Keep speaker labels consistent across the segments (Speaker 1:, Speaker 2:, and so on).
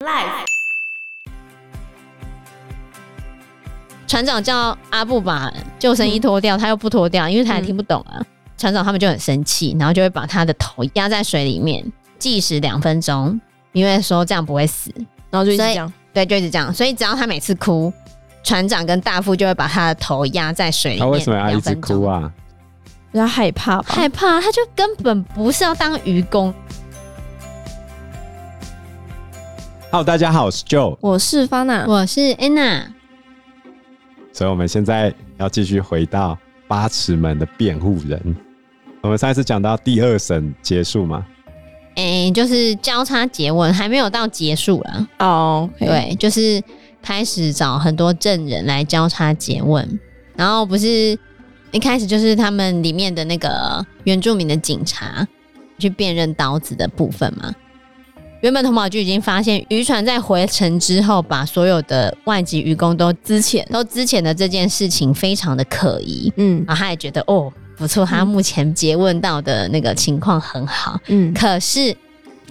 Speaker 1: Life
Speaker 2: 船长叫阿布把救生衣脱掉，他又不脱掉，因为他也听不懂啊。船长他们就很生气，然后就会把他的头压在水里面计时两分钟，因为说这样不会死。
Speaker 3: 然后就一直
Speaker 2: 所以
Speaker 3: 这样，
Speaker 2: 对，就一直这样。所以只要他每次哭，船长跟大副就会把他的头压在水里
Speaker 4: 他
Speaker 2: 面。
Speaker 4: 为什么要一直哭
Speaker 2: 啊？
Speaker 4: 啊？
Speaker 3: 人家害怕吧？
Speaker 2: 害怕，他就根本不是要当愚公。
Speaker 4: Hello，大家好，我是 Joe。
Speaker 3: 我是方娜，
Speaker 2: 我是 Anna，
Speaker 4: 所以我们现在要继续回到八尺门的辩护人。我们上一次讲到第二审结束嘛，
Speaker 2: 哎、就是交叉诘问，还没有到结束啊啦。
Speaker 3: 哦，OK，
Speaker 2: 对，就是开始找很多证人来交叉诘问，然后不是一开始就是他们里面的那个原住民的警察去辨认刀子的部分嘛。原本童宝就已经发现渔船在回程之后，把所有的外籍渔工都
Speaker 3: 之前，
Speaker 2: 都之前的这件事情非常的可疑，
Speaker 3: 嗯
Speaker 2: 然后他也觉得哦不错，他目前诘问到的那个情况很好，
Speaker 3: 嗯，
Speaker 2: 可是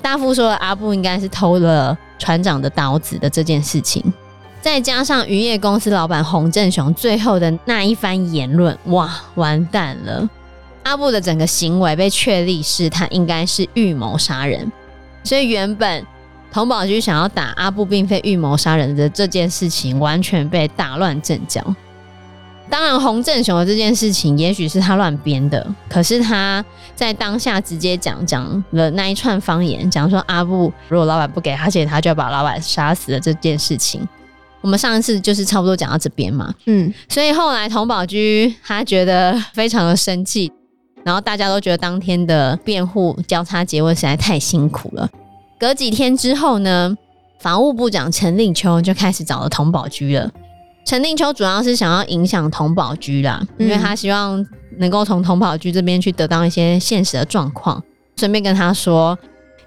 Speaker 2: 大副说阿布应该是偷了船长的刀子的这件事情，再加上渔业公司老板洪振雄最后的那一番言论，哇，完蛋了！阿布的整个行为被确立是他应该是预谋杀人，所以原本童宝驹想要打阿布并非预谋杀人的这件事情，完全被打乱阵脚。当然，洪振雄的这件事情也许是他乱编的，可是他在当下直接讲讲了那一串方言，讲说阿布如果老板不给他钱，他就要把老板杀死的这件事情。我们上一次就是差不多讲到这边嘛，
Speaker 3: 嗯，
Speaker 2: 所以后来童宝驹他觉得非常的生气，然后大家都觉得当天的辩护交叉诘问实在太辛苦了。隔几天之后呢，法务部长陈令秋就开始找了童宝驹了。陈令秋主要是想要影响童宝驹啦，因为
Speaker 3: 嗯
Speaker 2: 他希望能够从童宝驹这边去得到一些现实的状况，顺便跟他说，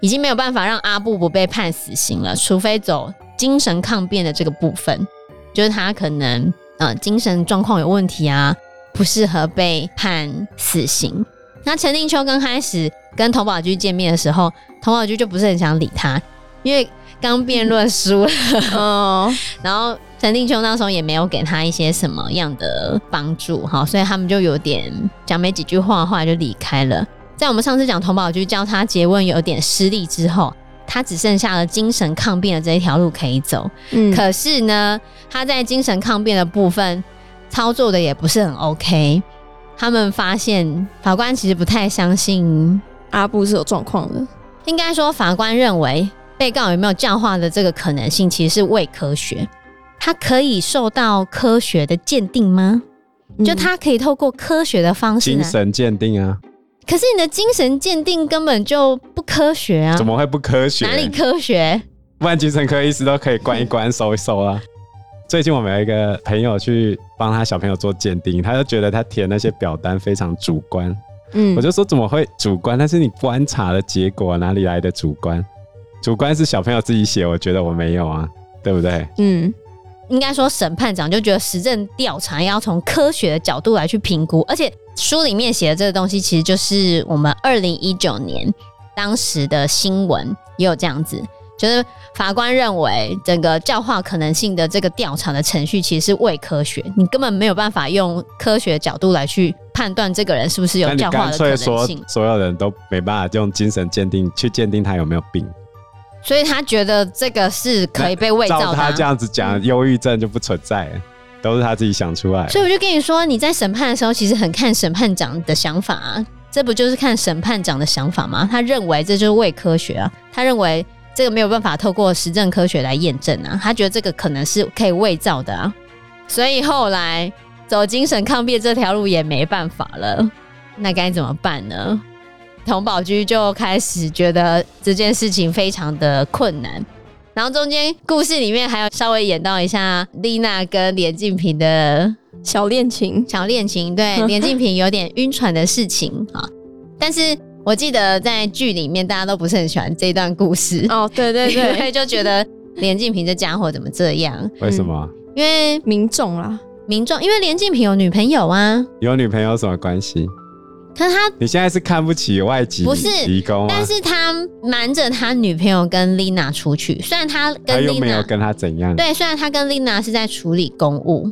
Speaker 2: 已经没有办法让阿布不被判死刑了，除非走精神抗辩的这个部分。就是他可能呃精神状况有问题啊，不适合被判死刑。那陈定秋刚开始跟童宝驹见面的时候，童宝驹就不是很想理他，因为刚辩论输了，
Speaker 3: 哦，
Speaker 2: 然后陈定秋那时候也没有给他一些什么样的帮助，哈，所以他们就有点讲没几句话，后来就离开了。在我们上次讲童宝驹教他诘问有点失利之后，他只剩下了精神抗辩的这一条路可以走，
Speaker 3: 嗯，
Speaker 2: 可是呢，他在精神抗辩的部分操作的也不是很 OK。他们发现法官其实不太相信，
Speaker 3: 阿布是有状况的，
Speaker 2: 应该说法官认为被告有没有教化的这个可能性其实是伪科学。他可以受到科学的鉴定吗？就
Speaker 3: 嗯，
Speaker 2: 他可以透过科学的方式
Speaker 4: 精
Speaker 2: 呢？
Speaker 4: 神鉴定啊，
Speaker 2: 可是你的精神鉴定根本就不科学啊
Speaker 4: 怎！么会不科学？
Speaker 2: 哪里科学？
Speaker 4: 不然精神科医师都可以关一关、收一收啊。最近我们有一个朋友去帮他小朋友做鉴定，他就觉得他填那些表单非常主观，
Speaker 3: 嗯
Speaker 4: 我就说怎么会主观？但是你观察的结果哪里来的主观？主观是小朋友自己写，我觉得我没有啊，对不对？
Speaker 3: 嗯，
Speaker 2: 应该说审判长就觉得实证调查要从科学的角度来去评估，而且书里面写的这个东西，其实就是我们二零一九年当时的新闻也有这样子，就是法官认为整个教化可能性的这个调查的程序其实是伪科学，你根本没有办法用科学的角度来去判断这个人是不是有
Speaker 4: 那你
Speaker 2: 教化
Speaker 4: 干
Speaker 2: 的可
Speaker 4: 脆
Speaker 2: 能
Speaker 4: 说
Speaker 2: 性，
Speaker 4: 所有人都没办法用精神鉴定去鉴定他有没有病，
Speaker 2: 所以他觉得这个是可以被伪造
Speaker 4: 照
Speaker 2: 的
Speaker 4: 他
Speaker 2: 啊、
Speaker 4: 这样子讲，忧郁症就不存在了，都是他自己想出来的。
Speaker 2: 所以我就跟你说，你在审判的时候，其实很看审判长的想法啊。这不就是看审判长的想法吗？他认为这就是伪科学啊，他认为这个没有办法透过实证科学来验证啊，他觉得这个可能是可以伪造的啊。所以后来走精神抗辩这条路也没办法了，那该怎么办呢？童宝驹就开始觉得这件事情非常的困难，然后中间故事里面还有稍微演到一下丽娜跟连静平的
Speaker 3: 小恋情，
Speaker 2: 小恋情， 对连静平有点晕船的事情啊。但是我记得在剧里面，大家都不是很喜欢这段故事，
Speaker 3: 哦，对对
Speaker 2: 因
Speaker 3: 对，
Speaker 2: 为就觉得连静平这家伙怎么这样？
Speaker 4: 为什么、
Speaker 2: 因为
Speaker 3: 民众啦，
Speaker 2: 民众，因为连静平有女朋友啊，
Speaker 4: 有女朋友有什么关系？
Speaker 2: 可是他
Speaker 4: 你现在是看不起外籍
Speaker 2: 不是
Speaker 4: 移工啊吗
Speaker 2: 但？是他瞒着他女朋友跟 Lina 出去，虽然他
Speaker 4: 他
Speaker 2: 跟
Speaker 4: 又没有
Speaker 2: Lina
Speaker 4: 跟他怎样？
Speaker 2: 对，虽然他跟 Lina 是在处理公务，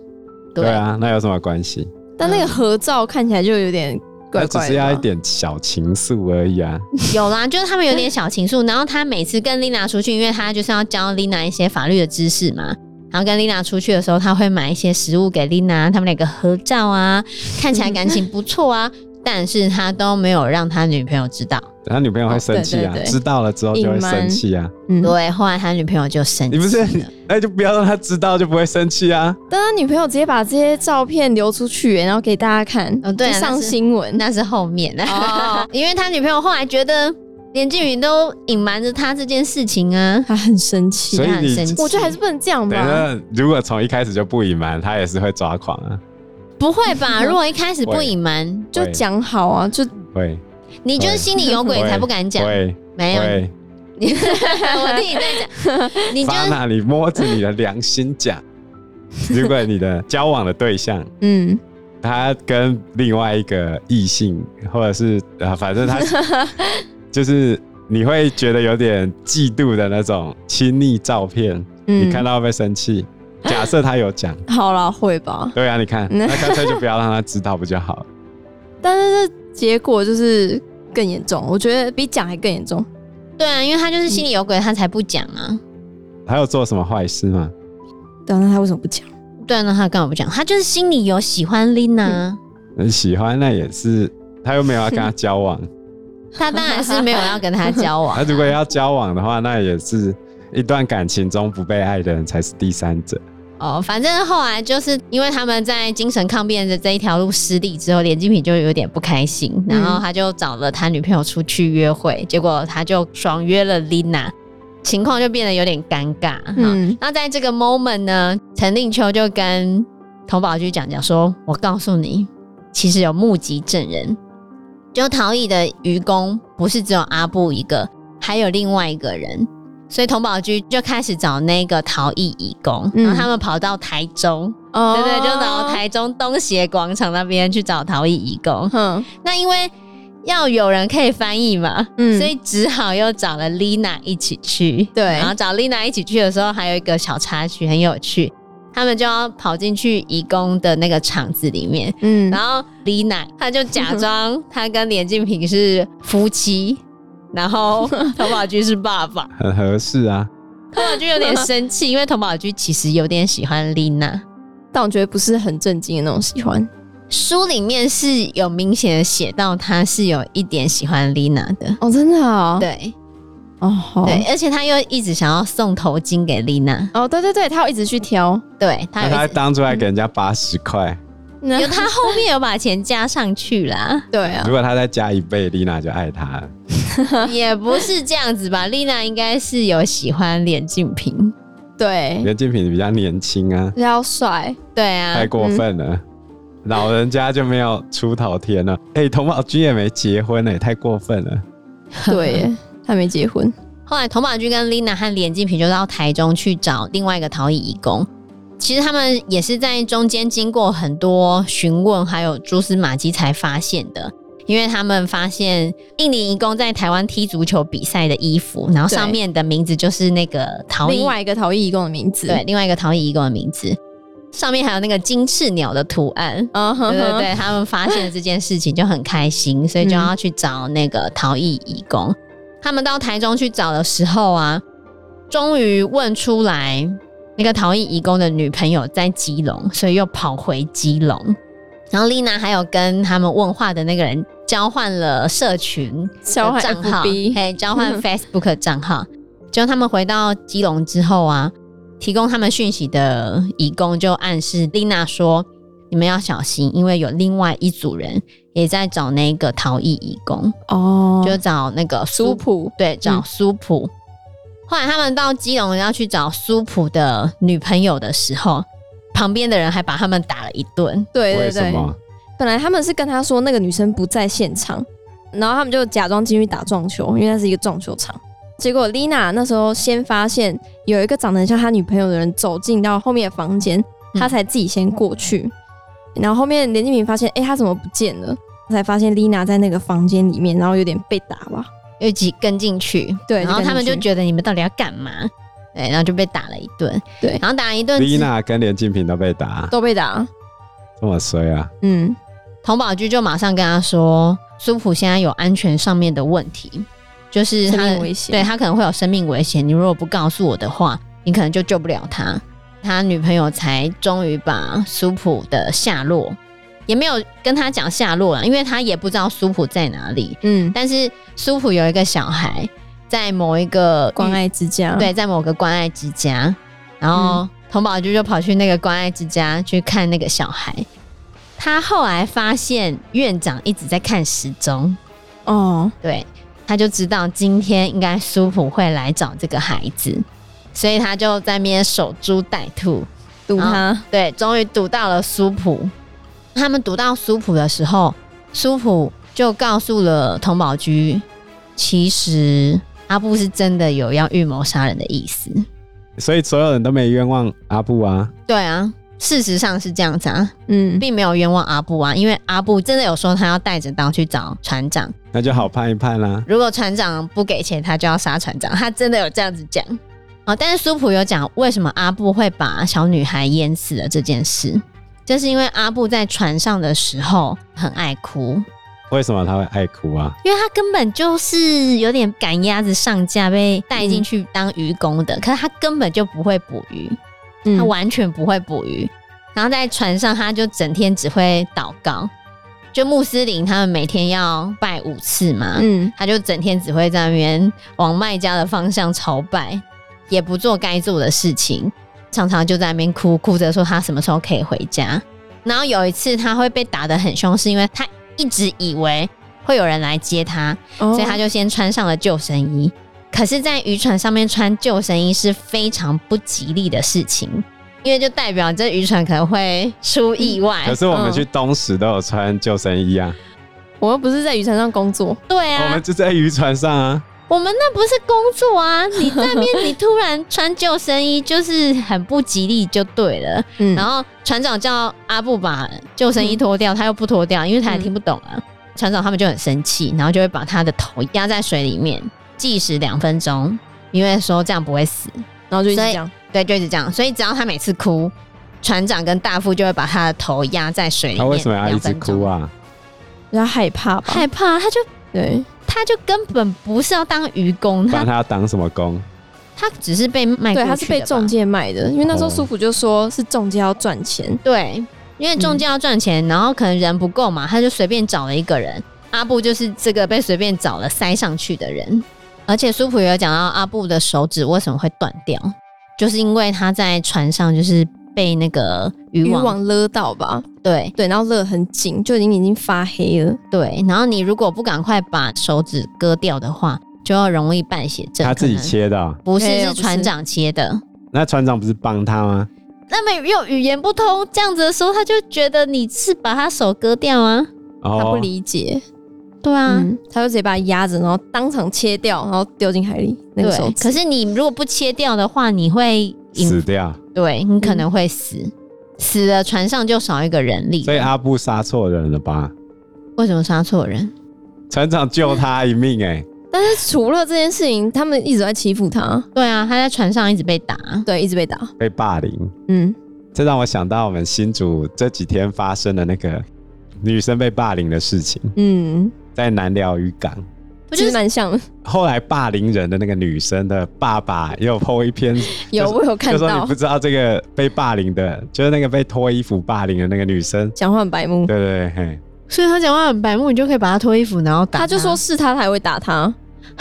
Speaker 2: 对，
Speaker 4: 对啊，那有什么关系？
Speaker 3: 但那个合照看起来就有点
Speaker 4: 他
Speaker 3: 怪
Speaker 4: 只
Speaker 3: 怪
Speaker 4: 是
Speaker 3: 的
Speaker 4: 要一
Speaker 3: 嘛。
Speaker 4: 点小情愫而已啊。
Speaker 2: 有啦，就是他们有点小情愫。然后他每次跟 Lina 出去，因为他就是要教 Lina 一些法律的知识嘛。然后跟 Lina 出去的时候，他会买一些食物给 Lina，他们两个合照啊，看起来感情不错 啊。但是他都没有让他女朋友知道。
Speaker 4: 他女朋友会生气
Speaker 3: 哦
Speaker 4: 啊
Speaker 3: 对对，对
Speaker 4: 知道了之后就会
Speaker 3: 隐瞒
Speaker 4: 生气啊。
Speaker 3: 嗯，
Speaker 2: 对，后来他女朋友就生
Speaker 4: 你不
Speaker 2: 气
Speaker 4: 是
Speaker 2: 了。，
Speaker 4: 那就不要让他知道，就不会生气啊。
Speaker 3: 但他女朋友直接把这些照片流出去，然后给大家看，
Speaker 2: 哦对啊
Speaker 3: 就
Speaker 2: 那
Speaker 3: 上
Speaker 2: 是
Speaker 3: 新闻。
Speaker 2: 那是后面的，
Speaker 3: 哦
Speaker 2: 因为他女朋友后来觉得连靖宇都隐瞒着他这件事情啊，
Speaker 3: 他很生气
Speaker 4: 所，以
Speaker 2: 他很
Speaker 4: 你
Speaker 2: 生气。
Speaker 3: 我觉得还是不能这样
Speaker 4: 等
Speaker 3: 吧。
Speaker 4: 一下，如果从一开始就不隐瞒，他也是会抓狂啊。
Speaker 2: 不会 吧？如果一开始不隐瞒，
Speaker 3: 就
Speaker 4: 会
Speaker 3: 讲好啊，就
Speaker 4: 会
Speaker 2: 你就是心里有鬼才不敢讲。
Speaker 4: 会
Speaker 2: 没有，
Speaker 4: 会，
Speaker 2: 你 我听你在讲，你就
Speaker 4: 发那里摸着你的良心讲。如果你的交往的对象
Speaker 3: 嗯，
Speaker 4: 他跟另外一个异性，或者是啊，反 正他就是你会觉得有点嫉妒的那种亲昵照片，
Speaker 3: 嗯
Speaker 4: 你看到会不会生气？假设他有 讲，
Speaker 3: 好啦，会吧？
Speaker 4: 对啊，你看，
Speaker 3: 嗯
Speaker 4: 那干脆就不要让他知道不就好了？
Speaker 3: 但是这结果就是更严重，我觉得比讲还更严重。
Speaker 2: 对啊，因为他就是心里有鬼，他才不讲啊。
Speaker 4: 他有做什么坏事吗？
Speaker 3: 对啊，那他为什么不讲？
Speaker 2: 对啊，那他干嘛不讲？他就是心里有喜欢啊 Lina，
Speaker 4: 你喜欢那也是，他又没有要跟他交往。
Speaker 2: 他当然是没有要跟 他交往啊
Speaker 4: 他。啊如果要交往的话，那也是一段感情中不被爱的人才是第三者。
Speaker 2: 哦，反正后来就是因为他们在精神抗辩的这一条路失利之后，连金平就有点不开心，然后他就找了他女朋友出去约会，结果他就爽约了 Lina，情况就变得有点尴尬。嗯，
Speaker 3: 嗯，
Speaker 2: 那在这个 moment 呢，陈令秋就跟童宝驹讲讲说：“我告诉你，其实有目击证人，就逃逸的愚公不是只有阿布一个，还有另外一个人。”所以童宝驹就开始找那个逃逸义工，
Speaker 3: 嗯
Speaker 2: 然后他们跑到台中，
Speaker 3: 哦
Speaker 2: 对对，就到，台中东协广场那边去找逃逸义工。
Speaker 3: 哼，
Speaker 2: 那因为要有人可以翻译嘛，
Speaker 3: 嗯
Speaker 2: 所以只好又找了 Lina 一起去。
Speaker 3: 对
Speaker 2: 然后找 Lina 一起去的时候，还有一个小插曲很有趣，他们就要跑进去义工的那个场子里面，
Speaker 3: 嗯，
Speaker 2: 然后 Lina 她就假装她跟连静平是夫妻。然后 童宝驹是爸爸，
Speaker 4: 很合适啊，
Speaker 2: 童宝驹有点生 气，因为童宝驹其实有点喜欢 Lina。
Speaker 3: 但我觉得不是很震惊的那种喜欢。
Speaker 2: 书里面是有明显的写到他是有一点喜欢 Lina 的，
Speaker 3: 哦，真的啊、
Speaker 2: 对
Speaker 3: 哦，好
Speaker 2: 对，而且他又一直想要送头巾给 Lina，
Speaker 3: 哦，对对对，他要一直去 挑，
Speaker 2: 对他
Speaker 4: 那
Speaker 2: 有
Speaker 4: 他
Speaker 2: 一直
Speaker 4: 当初还给人家八十块，
Speaker 3: 那
Speaker 2: 有他后面有把钱加上去啦
Speaker 3: ，对啊
Speaker 4: 如，果他再加一倍，丽娜就爱他了。
Speaker 2: 也不是这样子吧？丽娜应该是有喜欢连静平，
Speaker 3: 对，
Speaker 4: 袁建平比较年轻啊，
Speaker 3: 他要帅，
Speaker 2: 对啊
Speaker 3: 嗯
Speaker 4: 太，过分了。老人家就没有出头天了，哎、童宝驹也没结婚呢、太过分了。
Speaker 3: 对耶，他没结婚，
Speaker 2: 后来童宝驹跟 Lina 和连静平就到台中去找另外一个逃逸义工。其实他们也是在中间经过很多询问，还有蛛丝马迹才发现的。因为他们发现印尼义工在台湾踢足球比赛的衣服，然后上
Speaker 3: 对
Speaker 2: 面的名字就是那个逃逸
Speaker 3: 另外一个陶艺义工的名字，
Speaker 2: 对，，另外一个陶艺义工的名字，上面还有那个金翅鸟的图案。
Speaker 3: 嗯哼
Speaker 2: 对
Speaker 3: 哼，
Speaker 2: 对对，他们发现了这件事情就很开心，所以就要去找那个陶艺义工。他们到台中去找的时候啊，终于问出来那个陶艺义工的女朋友在基隆，所以又跑回基隆。然后丽娜还有跟他们问话的那个人交换了社群，
Speaker 3: 交换
Speaker 2: 账号，
Speaker 3: FB，
Speaker 2: 嘿，交 换 Facebook 的账号。结果他们回到基隆之后啊，提供他们讯息的义工就暗示丽娜说：“你们要小心，因为有另外一组人也在找那个逃逸义工，
Speaker 3: 哦，
Speaker 2: 就找那个
Speaker 3: 苏普，
Speaker 2: 对，找
Speaker 3: 嗯
Speaker 2: 苏普。后来他们到基隆要去找苏普的女朋友的时候，旁边的人还把他们打了一顿。
Speaker 3: 对
Speaker 4: 为
Speaker 3: 对
Speaker 4: 什
Speaker 3: 对，
Speaker 4: 么？
Speaker 3: 本来他们是跟他说那个女生不在现场，然后他们就假装进去打撞球，因为那是一个撞球场。结果丽娜那时候先发现有一个长得很像他女朋友的人走进到后面的房间，
Speaker 2: 嗯
Speaker 3: 她才自己先过去。然后后面连静平发现，哎、她怎么不见了？才发现丽娜在那个房间里面，然后有点被打吧。
Speaker 2: 又挤跟进去，
Speaker 3: 对
Speaker 2: 然后
Speaker 3: 就跟进去
Speaker 2: 他们就觉得你们到底要干嘛？对，然后就被打了一顿，
Speaker 3: 对
Speaker 2: 然后打了一顿之，
Speaker 4: 丽娜跟连静平都被打，
Speaker 3: 都被打。啊
Speaker 4: 这么衰啊！
Speaker 3: 嗯，
Speaker 2: 童宝驹就马上跟他说，苏普现在有安全上面的问题，就是
Speaker 3: 生
Speaker 2: 他
Speaker 3: 命危险
Speaker 2: 对他可能会有生命危险，你如果不告诉我的话，你可能就救不了他。他女朋友才终于把苏普的下落，也没有跟他讲下落了，因为他也不知道苏普在哪里。
Speaker 3: 嗯，
Speaker 2: 但是苏普有一个小孩，在某一个
Speaker 3: 关爱之家。
Speaker 2: 对，在某个关爱之家，然后童宝驹就跑去那个关爱之家去看那个小孩。他后来发现院长一直在看时钟，
Speaker 3: 哦，
Speaker 2: 对，他就知道今天应该苏普会来找这个孩子，所以他就在那边守株待兔。
Speaker 3: 堵他。
Speaker 2: 对，终于堵到了苏普。他们堵到苏普的时候，苏普就告诉了童宝驹，其实阿布是真的有要预谋杀人的意思。
Speaker 4: 所以所有人都没冤枉阿布啊，
Speaker 2: 对啊，事实上是这样子啊，
Speaker 3: 嗯，
Speaker 2: 并没有冤枉阿布啊，因为阿布真的有说他要带着刀去找船长，
Speaker 4: 那就好判一判啊啦、
Speaker 2: 如果船长不给钱，他就要杀船长，他真的有这样子讲。哦，但是苏普有讲为什么阿布会把小女孩淹死的这件事， 就是因为阿布在船上的时候很爱哭，
Speaker 4: 为什么他会爱哭啊？
Speaker 2: 因为他根本就是有点赶鸭子上架，被带进去当渔工的，可是他根本就不会捕鱼，他
Speaker 3: 嗯
Speaker 2: 完全不会捕鱼，然后在船上他就整天只会祷告，就穆斯林他们每天要拜五次嘛，
Speaker 3: 嗯，
Speaker 2: 他就整天只会在那边往卖家的方向朝拜，也不做该做的事情，常常就在那边哭，哭着说他什么时候可以回家。然后有一次他会被打得很凶，是因为他一直以为会有人来接他，
Speaker 3: 所
Speaker 4: 哦
Speaker 2: 所以他
Speaker 3: 就
Speaker 2: 就先穿上了救生衣。可是，在渔船上面穿救生衣是非常不吉利的事情，因为就代表这渔船可能会出意外。
Speaker 4: 可是我们
Speaker 3: 嗯
Speaker 4: 去东石都有穿救生衣啊，哦
Speaker 3: 我又不是在渔船上工作。
Speaker 2: 对
Speaker 4: 我
Speaker 2: 啊，
Speaker 4: 们就在渔船上啊，
Speaker 2: 我们那不是工作啊！你在那 边你突然穿救生衣，就是很不吉利，就对了。
Speaker 3: 嗯，
Speaker 2: 然后船长叫阿布把救生衣脱掉，他又不脱掉，因为他也听不懂啊。
Speaker 4: 嗯
Speaker 2: 船长他们就很生气，然后就会把他的头压在水里面计时两分钟，因为说这样不会死。
Speaker 3: 然后就一直
Speaker 2: 所以
Speaker 3: 这样。
Speaker 2: 对，就一直这样。所以只要他每次哭，船长跟大副就会把他的头压在水里面。
Speaker 4: 他为什么要一
Speaker 2: 两
Speaker 4: 直
Speaker 2: 分钟
Speaker 4: 哭？啊？
Speaker 3: 人家害怕吧？
Speaker 2: 害怕，他就
Speaker 3: 对，
Speaker 2: 他就根本不是要当渔工，
Speaker 4: 不然
Speaker 2: 他
Speaker 4: 他要当什么 工？
Speaker 2: 他只是被卖过
Speaker 3: 对，
Speaker 2: 去
Speaker 3: 他是
Speaker 2: 的
Speaker 3: 被
Speaker 2: 吧
Speaker 3: 中介卖的，因为那时候
Speaker 4: 哦
Speaker 3: 苏普就说是中介要赚钱。
Speaker 2: 对，因为中
Speaker 3: 嗯
Speaker 2: 介要赚钱，然后可能人不够嘛，他就随便找了一个人。阿布就是这个被随便找了塞上去的人，而且苏普有讲到阿布的手指为什么会断掉，就是因为他在船上就是被那个渔
Speaker 3: 渔
Speaker 2: 网
Speaker 3: 网勒到吧，
Speaker 2: 对
Speaker 3: 对，然后勒很紧，就已经已经发黑了。
Speaker 2: 对，然后你如果不赶快把手指割掉的话，就要容易败血症。
Speaker 4: 他自己
Speaker 2: 可能
Speaker 4: 切的哦、
Speaker 2: 不
Speaker 3: 没
Speaker 2: 是是
Speaker 3: 有不
Speaker 2: 船
Speaker 3: 是
Speaker 2: 长切的。
Speaker 4: 那船长不是帮他吗？
Speaker 2: 那么又语言不通这样子的时候，他就觉得你是把他手割掉啊？
Speaker 3: 他不
Speaker 4: 哦，
Speaker 3: 理解，
Speaker 2: 对啊，
Speaker 3: 嗯，他就直接把他压着，然后当场切掉，然后丢进海里。那个手
Speaker 2: 对，
Speaker 3: 指
Speaker 2: 可是你如果不切掉的话，你会
Speaker 4: 死
Speaker 2: 引，
Speaker 4: 掉。
Speaker 3: 嗯
Speaker 2: 对你可能会死，死了船上就少一个人力。
Speaker 4: 所以阿布杀错人了吧？
Speaker 2: 为什么杀错人？
Speaker 4: 船长救他一命、 哎，
Speaker 3: 但是除了这件事情，他们一直在欺负他，
Speaker 2: 对啊，他在船上一直被打。啊
Speaker 3: 对，一直被打。
Speaker 4: 被霸凌。
Speaker 3: 嗯，
Speaker 4: 这让我想到我们新竹这几天发生的那个女生被霸凌的事情，
Speaker 3: 嗯，
Speaker 4: 在南寮渔港。
Speaker 2: 不
Speaker 3: 其
Speaker 2: 就
Speaker 3: 实
Speaker 2: 是
Speaker 3: 蛮像的，
Speaker 4: 后来霸凌人的那个女生的爸爸也有 po 一篇，
Speaker 3: 有
Speaker 4: 就是
Speaker 3: 我有看
Speaker 4: 就说你
Speaker 3: 到
Speaker 4: 不，知道这个被霸凌的，就是那个被脱衣服霸凌的那个女生。
Speaker 3: 讲话很白目，
Speaker 4: 对对对，嘿，
Speaker 2: 所以他讲话很白目，你就可以把他脱衣服，然后打
Speaker 3: 他就说，是他才会打他，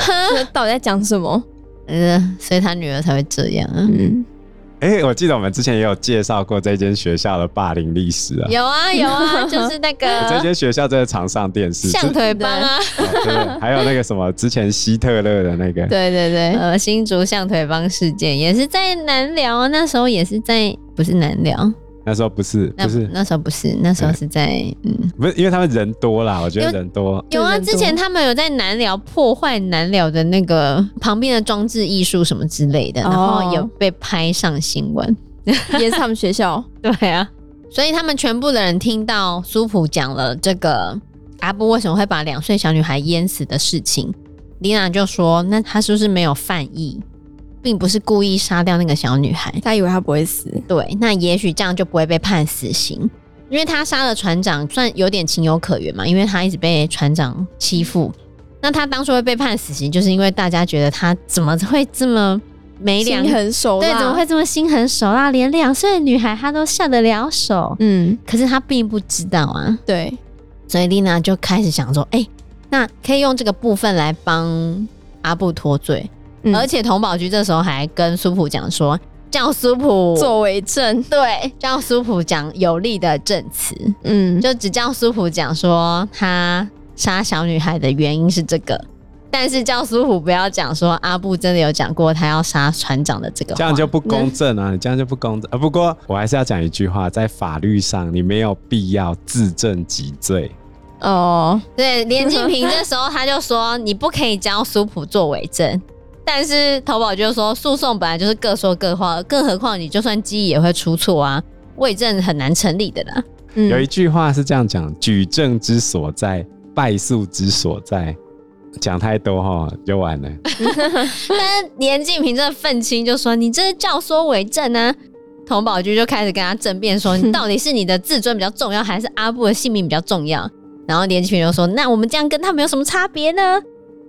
Speaker 3: 那 到底在讲什么？
Speaker 2: 呃，所以他女儿才会这样。啊。
Speaker 3: 嗯，
Speaker 4: 哎、我记得我们之前也有介绍过这间学校的霸凌历史 啊。
Speaker 2: 有啊有啊，就是那
Speaker 4: 这
Speaker 2: 个
Speaker 4: 间学校真的常上电视，
Speaker 2: 象
Speaker 4: 之
Speaker 2: 腿帮啊，
Speaker 4: 哦对对还有那个什么之前希特勒的那个，
Speaker 3: 对对对，
Speaker 2: 呃，新竹象腿帮事件也是在南寮啊，那时候也是在，不是南寮，
Speaker 4: 那时候不是
Speaker 2: 那
Speaker 4: 不是
Speaker 2: 那时候不是，那时候是在嗯。
Speaker 4: 不是，因为他们人多啦，我觉得
Speaker 2: 因为
Speaker 4: 人多，
Speaker 2: 有啊，
Speaker 3: 对人
Speaker 2: 之前
Speaker 3: 多
Speaker 2: 他们有在南寮破坏南寮的那个旁边的装置艺术什么之类的，
Speaker 3: 哦
Speaker 2: 然后有被拍上新闻。
Speaker 3: 也是他们学校，
Speaker 2: 对啊，所以他们全部的人听到苏普讲了这个阿布为什么会把两岁小女孩淹死的事情，丽娜就说：“那他是不是没有犯意，并不是故意杀掉那个小女孩？
Speaker 3: 他以为他不会死，
Speaker 2: 对，那也许这样就不会被判死刑，因为他杀了船长，算有点情有可原嘛，因为他一直被船长欺负。那他当初会被判死刑，就是因为大家觉得他怎么会这么没良
Speaker 3: 心很手
Speaker 2: 对，
Speaker 3: 辣
Speaker 2: 怎么会？这么心狠手辣，连两岁的女孩她都下得了手？
Speaker 3: 嗯，
Speaker 2: 可是她并不知道啊，
Speaker 3: 对，
Speaker 2: 所以丽娜就开始想说，哎、那可以用这个部分来帮阿布脱罪，
Speaker 3: 嗯
Speaker 2: 而且童宝驹这时候还跟苏普讲说，叫苏普
Speaker 3: 作为证，
Speaker 2: 对，叫苏普讲有力的证词，
Speaker 3: 嗯，
Speaker 2: 就只叫苏普讲说他杀小女孩的原因是这个，但是叫苏普不要讲说阿布真的有讲过他要杀船长的这个话，
Speaker 4: 这样就不公正啊！你这样就不公正啊！不过我还是要讲一句话，在法律上你没有必要自证己罪。
Speaker 3: 哦，
Speaker 2: 对，连静平这时候他就说你不可以将苏普作为证， 但是投保就说诉讼本来就是各说各话，更何况你就算记忆也会出错啊，伪证很难成立的啦。
Speaker 3: 嗯
Speaker 4: 有一句话是这样讲：举证之所在，败诉之所在。讲太多哈，就完了。
Speaker 2: 但是连静平这愤青就说你这是教唆伪证啊。童宝驹就开始跟他争辩说，你到底是你的自尊比较重要，还是阿布的性命比较重要？然后连静平就说，那我们这样跟他们有什么差别呢？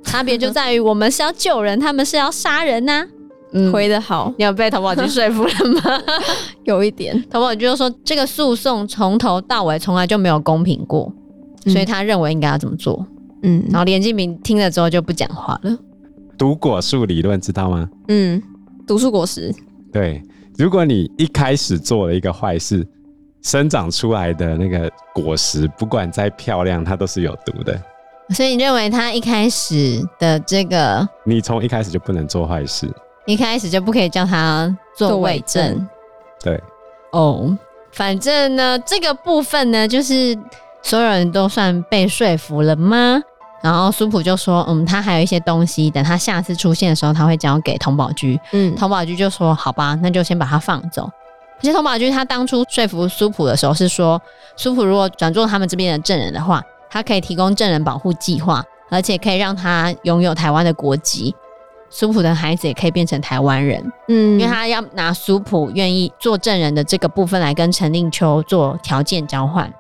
Speaker 2: 差别就在于我们是要救人，他们是要杀人呐、嗯
Speaker 3: 回的好，
Speaker 2: 你有被童宝驹说服了吗？
Speaker 3: 有一点，
Speaker 2: 童宝驹就说，这个诉讼从头到尾从来就没有公平过，
Speaker 3: 嗯
Speaker 2: 所以他认为应该要怎么做。
Speaker 3: 嗯
Speaker 2: 然后连静平听了之后就不讲话了。
Speaker 4: 毒果树理论知道吗？
Speaker 3: 嗯，毒树果实，
Speaker 4: 对，如果你一开始做了一个坏事，生长出来的那个果实，不管再漂亮，它都是有毒的。
Speaker 2: 所以你认为他一开始的这个，
Speaker 4: 你从一开始就不能做坏事。
Speaker 2: 一开始就不可以叫他做伪证
Speaker 4: 对，
Speaker 2: 哦。反正呢，这个部分呢，就是所有人都算被说服了吗？然后苏普就说，嗯，他还有一些东西，等他下次出现的时候，他会交给童宝驹。
Speaker 3: 嗯，
Speaker 2: 童宝驹就说：“好吧，那就先把他放走。”其实童宝驹他当初说服苏普的时候是说，苏普如果转做他们这边的证人的话，他可以提供证人保护计划，而且可以让他拥有台湾的国籍。苏普的孩子也可以变成台湾人，
Speaker 3: 嗯，
Speaker 2: 因为他要拿苏普愿意做证人的这个部分来跟陈令秋做条件交换。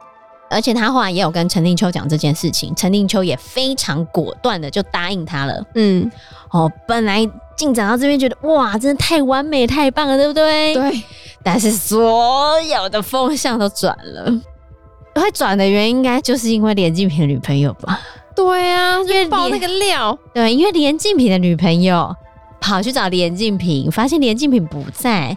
Speaker 2: 而且他后来也有跟陈令秋讲这件事情，陈令秋也非常果断的就答应他了。
Speaker 3: 嗯，
Speaker 2: 哦，本来进展到这边觉得哇，真的太完美、太棒了，对不对？。
Speaker 3: 对，
Speaker 2: 但是所有的风向都转了，会转的原因应该就是因为连静平的女朋友吧？
Speaker 3: 对啊，
Speaker 2: 因为
Speaker 3: 就爆那
Speaker 2: 连
Speaker 3: 个料，
Speaker 2: 对，因为连静平的女朋友跑去找连静平，发现连静平不在。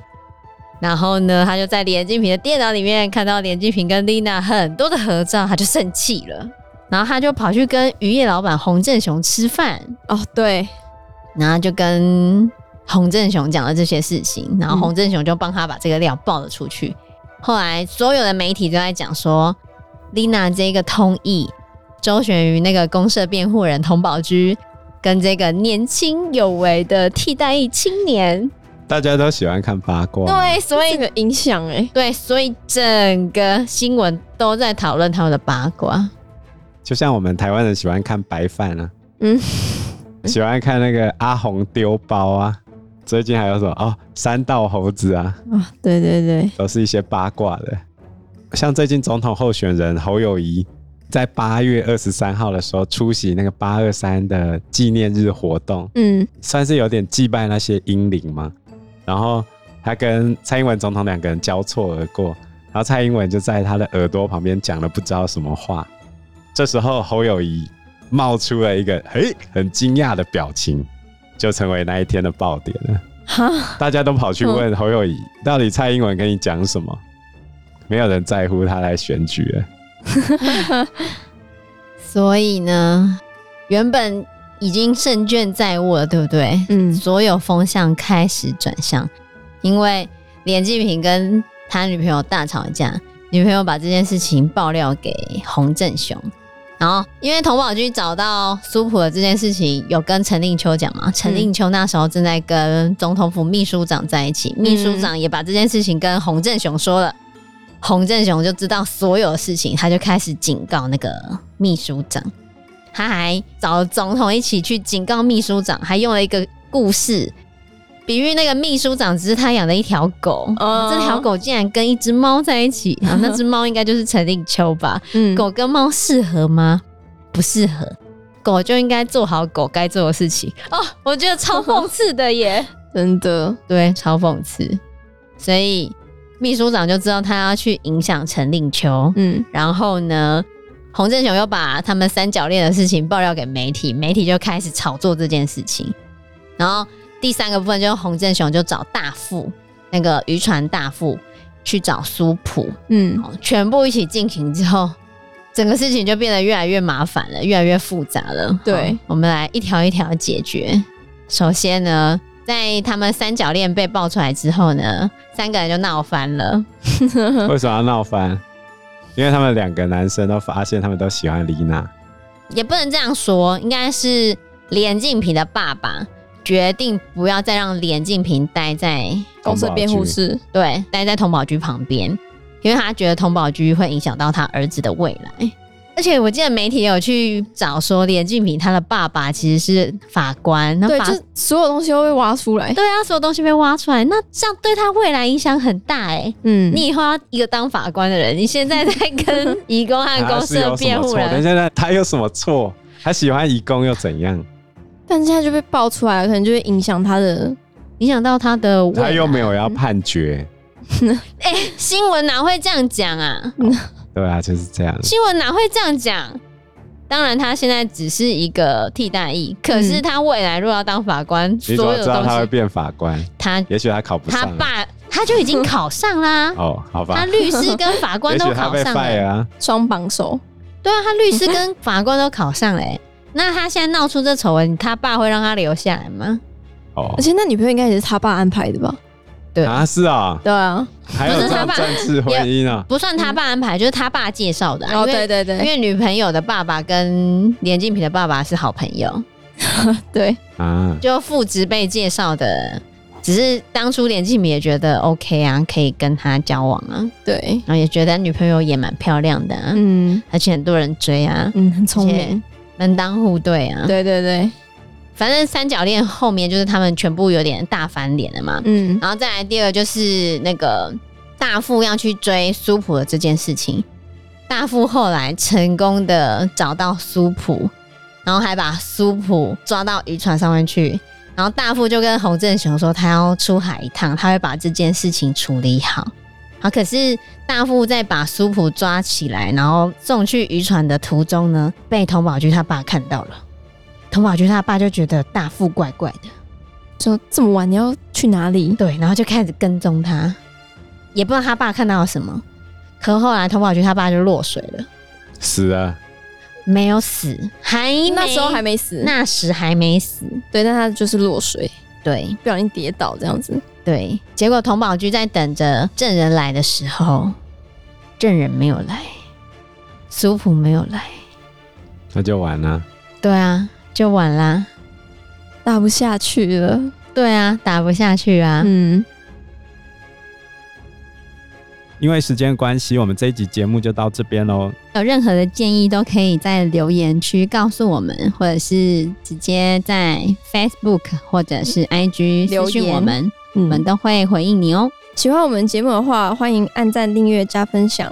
Speaker 2: 然后呢，他就在连静平的电脑里面看到连静平跟丽娜很多的合照，他就生气了。然后他就跑去跟渔业老板洪振雄吃饭，
Speaker 3: 哦，对，
Speaker 2: 然后就跟洪振雄讲了这些事情，然后洪振雄就帮他把这个料爆了出去。后来所有的媒体都在讲说，丽娜这个通译，周旋于那个公社辩护人童宝驹跟这个年轻有为的替代役青年，
Speaker 4: 大家都喜欢看八卦。
Speaker 2: 对，所
Speaker 3: 这
Speaker 2: 以
Speaker 3: 个影响哎、
Speaker 2: 对，所以整个新闻都在讨论他们的八卦。
Speaker 4: 就像我们台湾人喜欢看白饭啊，
Speaker 3: 嗯
Speaker 4: 嗯，喜欢看那个阿红丢包啊，最近还有什么哦，三道猴子啊，
Speaker 3: 啊，对对对，
Speaker 4: 都是一些八卦的。像最近总统候选人侯友谊在八月二十三号的时候出席那个八二三的纪念日活动，
Speaker 3: 嗯
Speaker 4: 算是有点祭拜那些英灵嘛。然后他跟蔡英文总统两个人交错而过，然后蔡英文就在他的耳朵旁边讲了不知道什么话。这时候侯友谊冒出了一个嘿很惊讶的表情，就成为那一天的爆点了。
Speaker 3: 哈，
Speaker 4: 大家都跑去
Speaker 2: 嗯
Speaker 4: 问侯友谊，到底蔡英文跟你讲什么？没有人在乎他来选举了。
Speaker 2: 所以呢，原本已经胜券在握了，对不对？
Speaker 3: 嗯
Speaker 2: 所有风向开始转向，因为连继平跟他女朋友大吵架，女朋友把这件事情爆料给洪振雄，然后因为童宝驹找到苏普的这件事情，有跟陈令秋讲嘛，陈令秋那时候正在跟总统府秘书长在一起，秘书长也把这件事情跟洪振雄说了，洪振雄就知道所有事情，他就开始警告那个秘书长，他还找总统一起去警告秘书长，还用了一个故事比喻那个秘书长只是他养的一条狗。
Speaker 3: 哦
Speaker 2: 这条，狗竟然跟一只猫在一起，啊、那只猫应该就是陈立秋吧？
Speaker 3: 嗯
Speaker 2: 狗跟猫适合吗？不适合，狗就应该做好狗该做的事情。哦，我觉得超讽刺的耶，
Speaker 3: 真的，
Speaker 2: 对，超讽刺。所以秘书长就知道他要去影响陈令秋，
Speaker 3: 嗯，
Speaker 2: 然后呢，洪振雄又把他们三角恋的事情爆料给媒体，媒体就开始炒作这件事情。然后第三个部分就是洪振雄就找大副，那个渔船大副去找苏普，
Speaker 3: 嗯，
Speaker 2: 哦全部一起进行之后，整个事情就变得越来越麻烦了，越来越复杂了。
Speaker 3: 对
Speaker 2: 好我们来一条一条解决。首先呢，在他们三角恋被爆出来之后呢，三个人就闹翻了。嗯
Speaker 4: 为什么要闹翻？因为他们两个男生都发现他们都喜欢丽娜，
Speaker 2: 也不能这样说，应该是连静平的爸爸决定不要再让连静平待在
Speaker 3: 公司辩护室，
Speaker 2: 对待在童宝驹旁边，因为他觉得童宝驹会影响到他儿子的未来。而且我记得媒体有去找说，连俊平他的爸爸其实是法官，那
Speaker 3: 对，
Speaker 2: 法
Speaker 3: 就所有东西都被挖出来，
Speaker 2: 对啊，所有东西被挖出来，那这样对他未来影响很大哎、
Speaker 3: 嗯，
Speaker 2: 你以后要一个当法官的人，你现在在跟移工和公
Speaker 4: 他
Speaker 2: 司
Speaker 4: 是
Speaker 2: 的
Speaker 4: 有什
Speaker 2: 辩
Speaker 4: 么
Speaker 2: 护
Speaker 4: 错？等一
Speaker 2: 人，
Speaker 4: 下，他有什么错？他喜欢义工又 怎样？
Speaker 3: 但现在就被爆出来了，可能就会影响他的，
Speaker 2: 影响到他的未来。
Speaker 4: 他又没有要判决，
Speaker 2: 新闻哪会这样讲啊？
Speaker 4: 对啊，就是这样。
Speaker 2: 新闻哪会这样讲？当然，他现在只是一个替代役，可是他未来如果要当法官，
Speaker 4: 嗯你怎
Speaker 2: 所
Speaker 4: 么
Speaker 2: 有
Speaker 4: 知道他会
Speaker 2: 东西
Speaker 4: 变法官？
Speaker 2: 他
Speaker 4: 也许他考不
Speaker 2: 他
Speaker 4: 上啊、，
Speaker 2: 爸他就已经考上啦
Speaker 4: 哦， 好吧
Speaker 2: 他，律师跟法官
Speaker 4: 也
Speaker 2: 都
Speaker 4: 许他
Speaker 2: 考
Speaker 4: 被
Speaker 2: 上
Speaker 4: fire
Speaker 2: 了，
Speaker 4: 啊，
Speaker 3: 双榜首，
Speaker 2: 对啊，他律师跟法官都考上嘞。 那他现在闹出这丑闻，他爸会让他留下来吗？
Speaker 4: 哦
Speaker 3: 而，且那女朋友应该也是他爸安排的吧？
Speaker 2: 对
Speaker 4: 啊是啊、
Speaker 3: 对啊，
Speaker 4: 还有
Speaker 2: 不
Speaker 4: 这
Speaker 2: 是他
Speaker 4: 种
Speaker 2: 爸
Speaker 4: 政治婚姻啊，
Speaker 2: 不算他爸安排，就是他爸介绍的、啊。
Speaker 3: 嗯哦，
Speaker 2: 因
Speaker 3: 对
Speaker 2: 为
Speaker 3: 对对
Speaker 2: 因为女朋友的爸爸跟连静平的爸爸是好朋友，
Speaker 3: 对，
Speaker 4: 啊，
Speaker 2: 就父职被介绍的。只是当初连静平也觉得 OK 啊，可以跟他交往啊，
Speaker 3: 对，
Speaker 2: 然后也觉得女朋友也蛮漂亮的、啊，
Speaker 3: 嗯
Speaker 2: 而且很多人追啊，
Speaker 3: 嗯，很聪
Speaker 2: 而且
Speaker 3: 明，
Speaker 2: 门当户对啊。
Speaker 3: 对对对，
Speaker 2: 反正三角恋后面就是他们全部有点大翻脸了嘛。
Speaker 3: 嗯
Speaker 2: 然后再来第二个就是那个大富要去追苏普的这件事情，大富后来成功的找到苏普，然后还把苏普抓到渔船上面去。然后大富就跟洪振雄说，他要出海一趟，他会把这件事情处理好。好，可是大富在把苏普抓起来，然后送去渔船的途中呢，被童宝驹他爸看到了。童宝驹他爸就觉得大富怪怪的，
Speaker 3: 说这么晚你要去哪里？
Speaker 2: 对，然后就开始跟踪他，也不知道他爸看到了什么。可后来童宝驹他爸就落水了，
Speaker 4: 死了，
Speaker 2: 没有死，还没
Speaker 3: 那时候还没死，
Speaker 2: 那时还没死，
Speaker 3: 对，但他就是落水，
Speaker 2: 对
Speaker 3: 不小心跌倒这样子，
Speaker 2: 对。结果童宝驹在等着证人来的时候，证人没有来，苏普没有来，
Speaker 4: 那就完了。
Speaker 2: 对啊，就晚啦，
Speaker 3: 打不下去了，
Speaker 2: 对啊，打不下去啊，
Speaker 3: 嗯，
Speaker 4: 因为时间关系，我们这一集节目就到这边喽。
Speaker 2: 有任何的建议都可以在留言区告诉我们，或者是直接在 Facebook 或者是 IG
Speaker 3: 嗯留
Speaker 2: 私讯
Speaker 3: 言
Speaker 2: 我们，
Speaker 3: 嗯
Speaker 2: 我们都会回应你哦。
Speaker 3: 喜欢我们节目的话，欢迎按赞、订阅、加分享。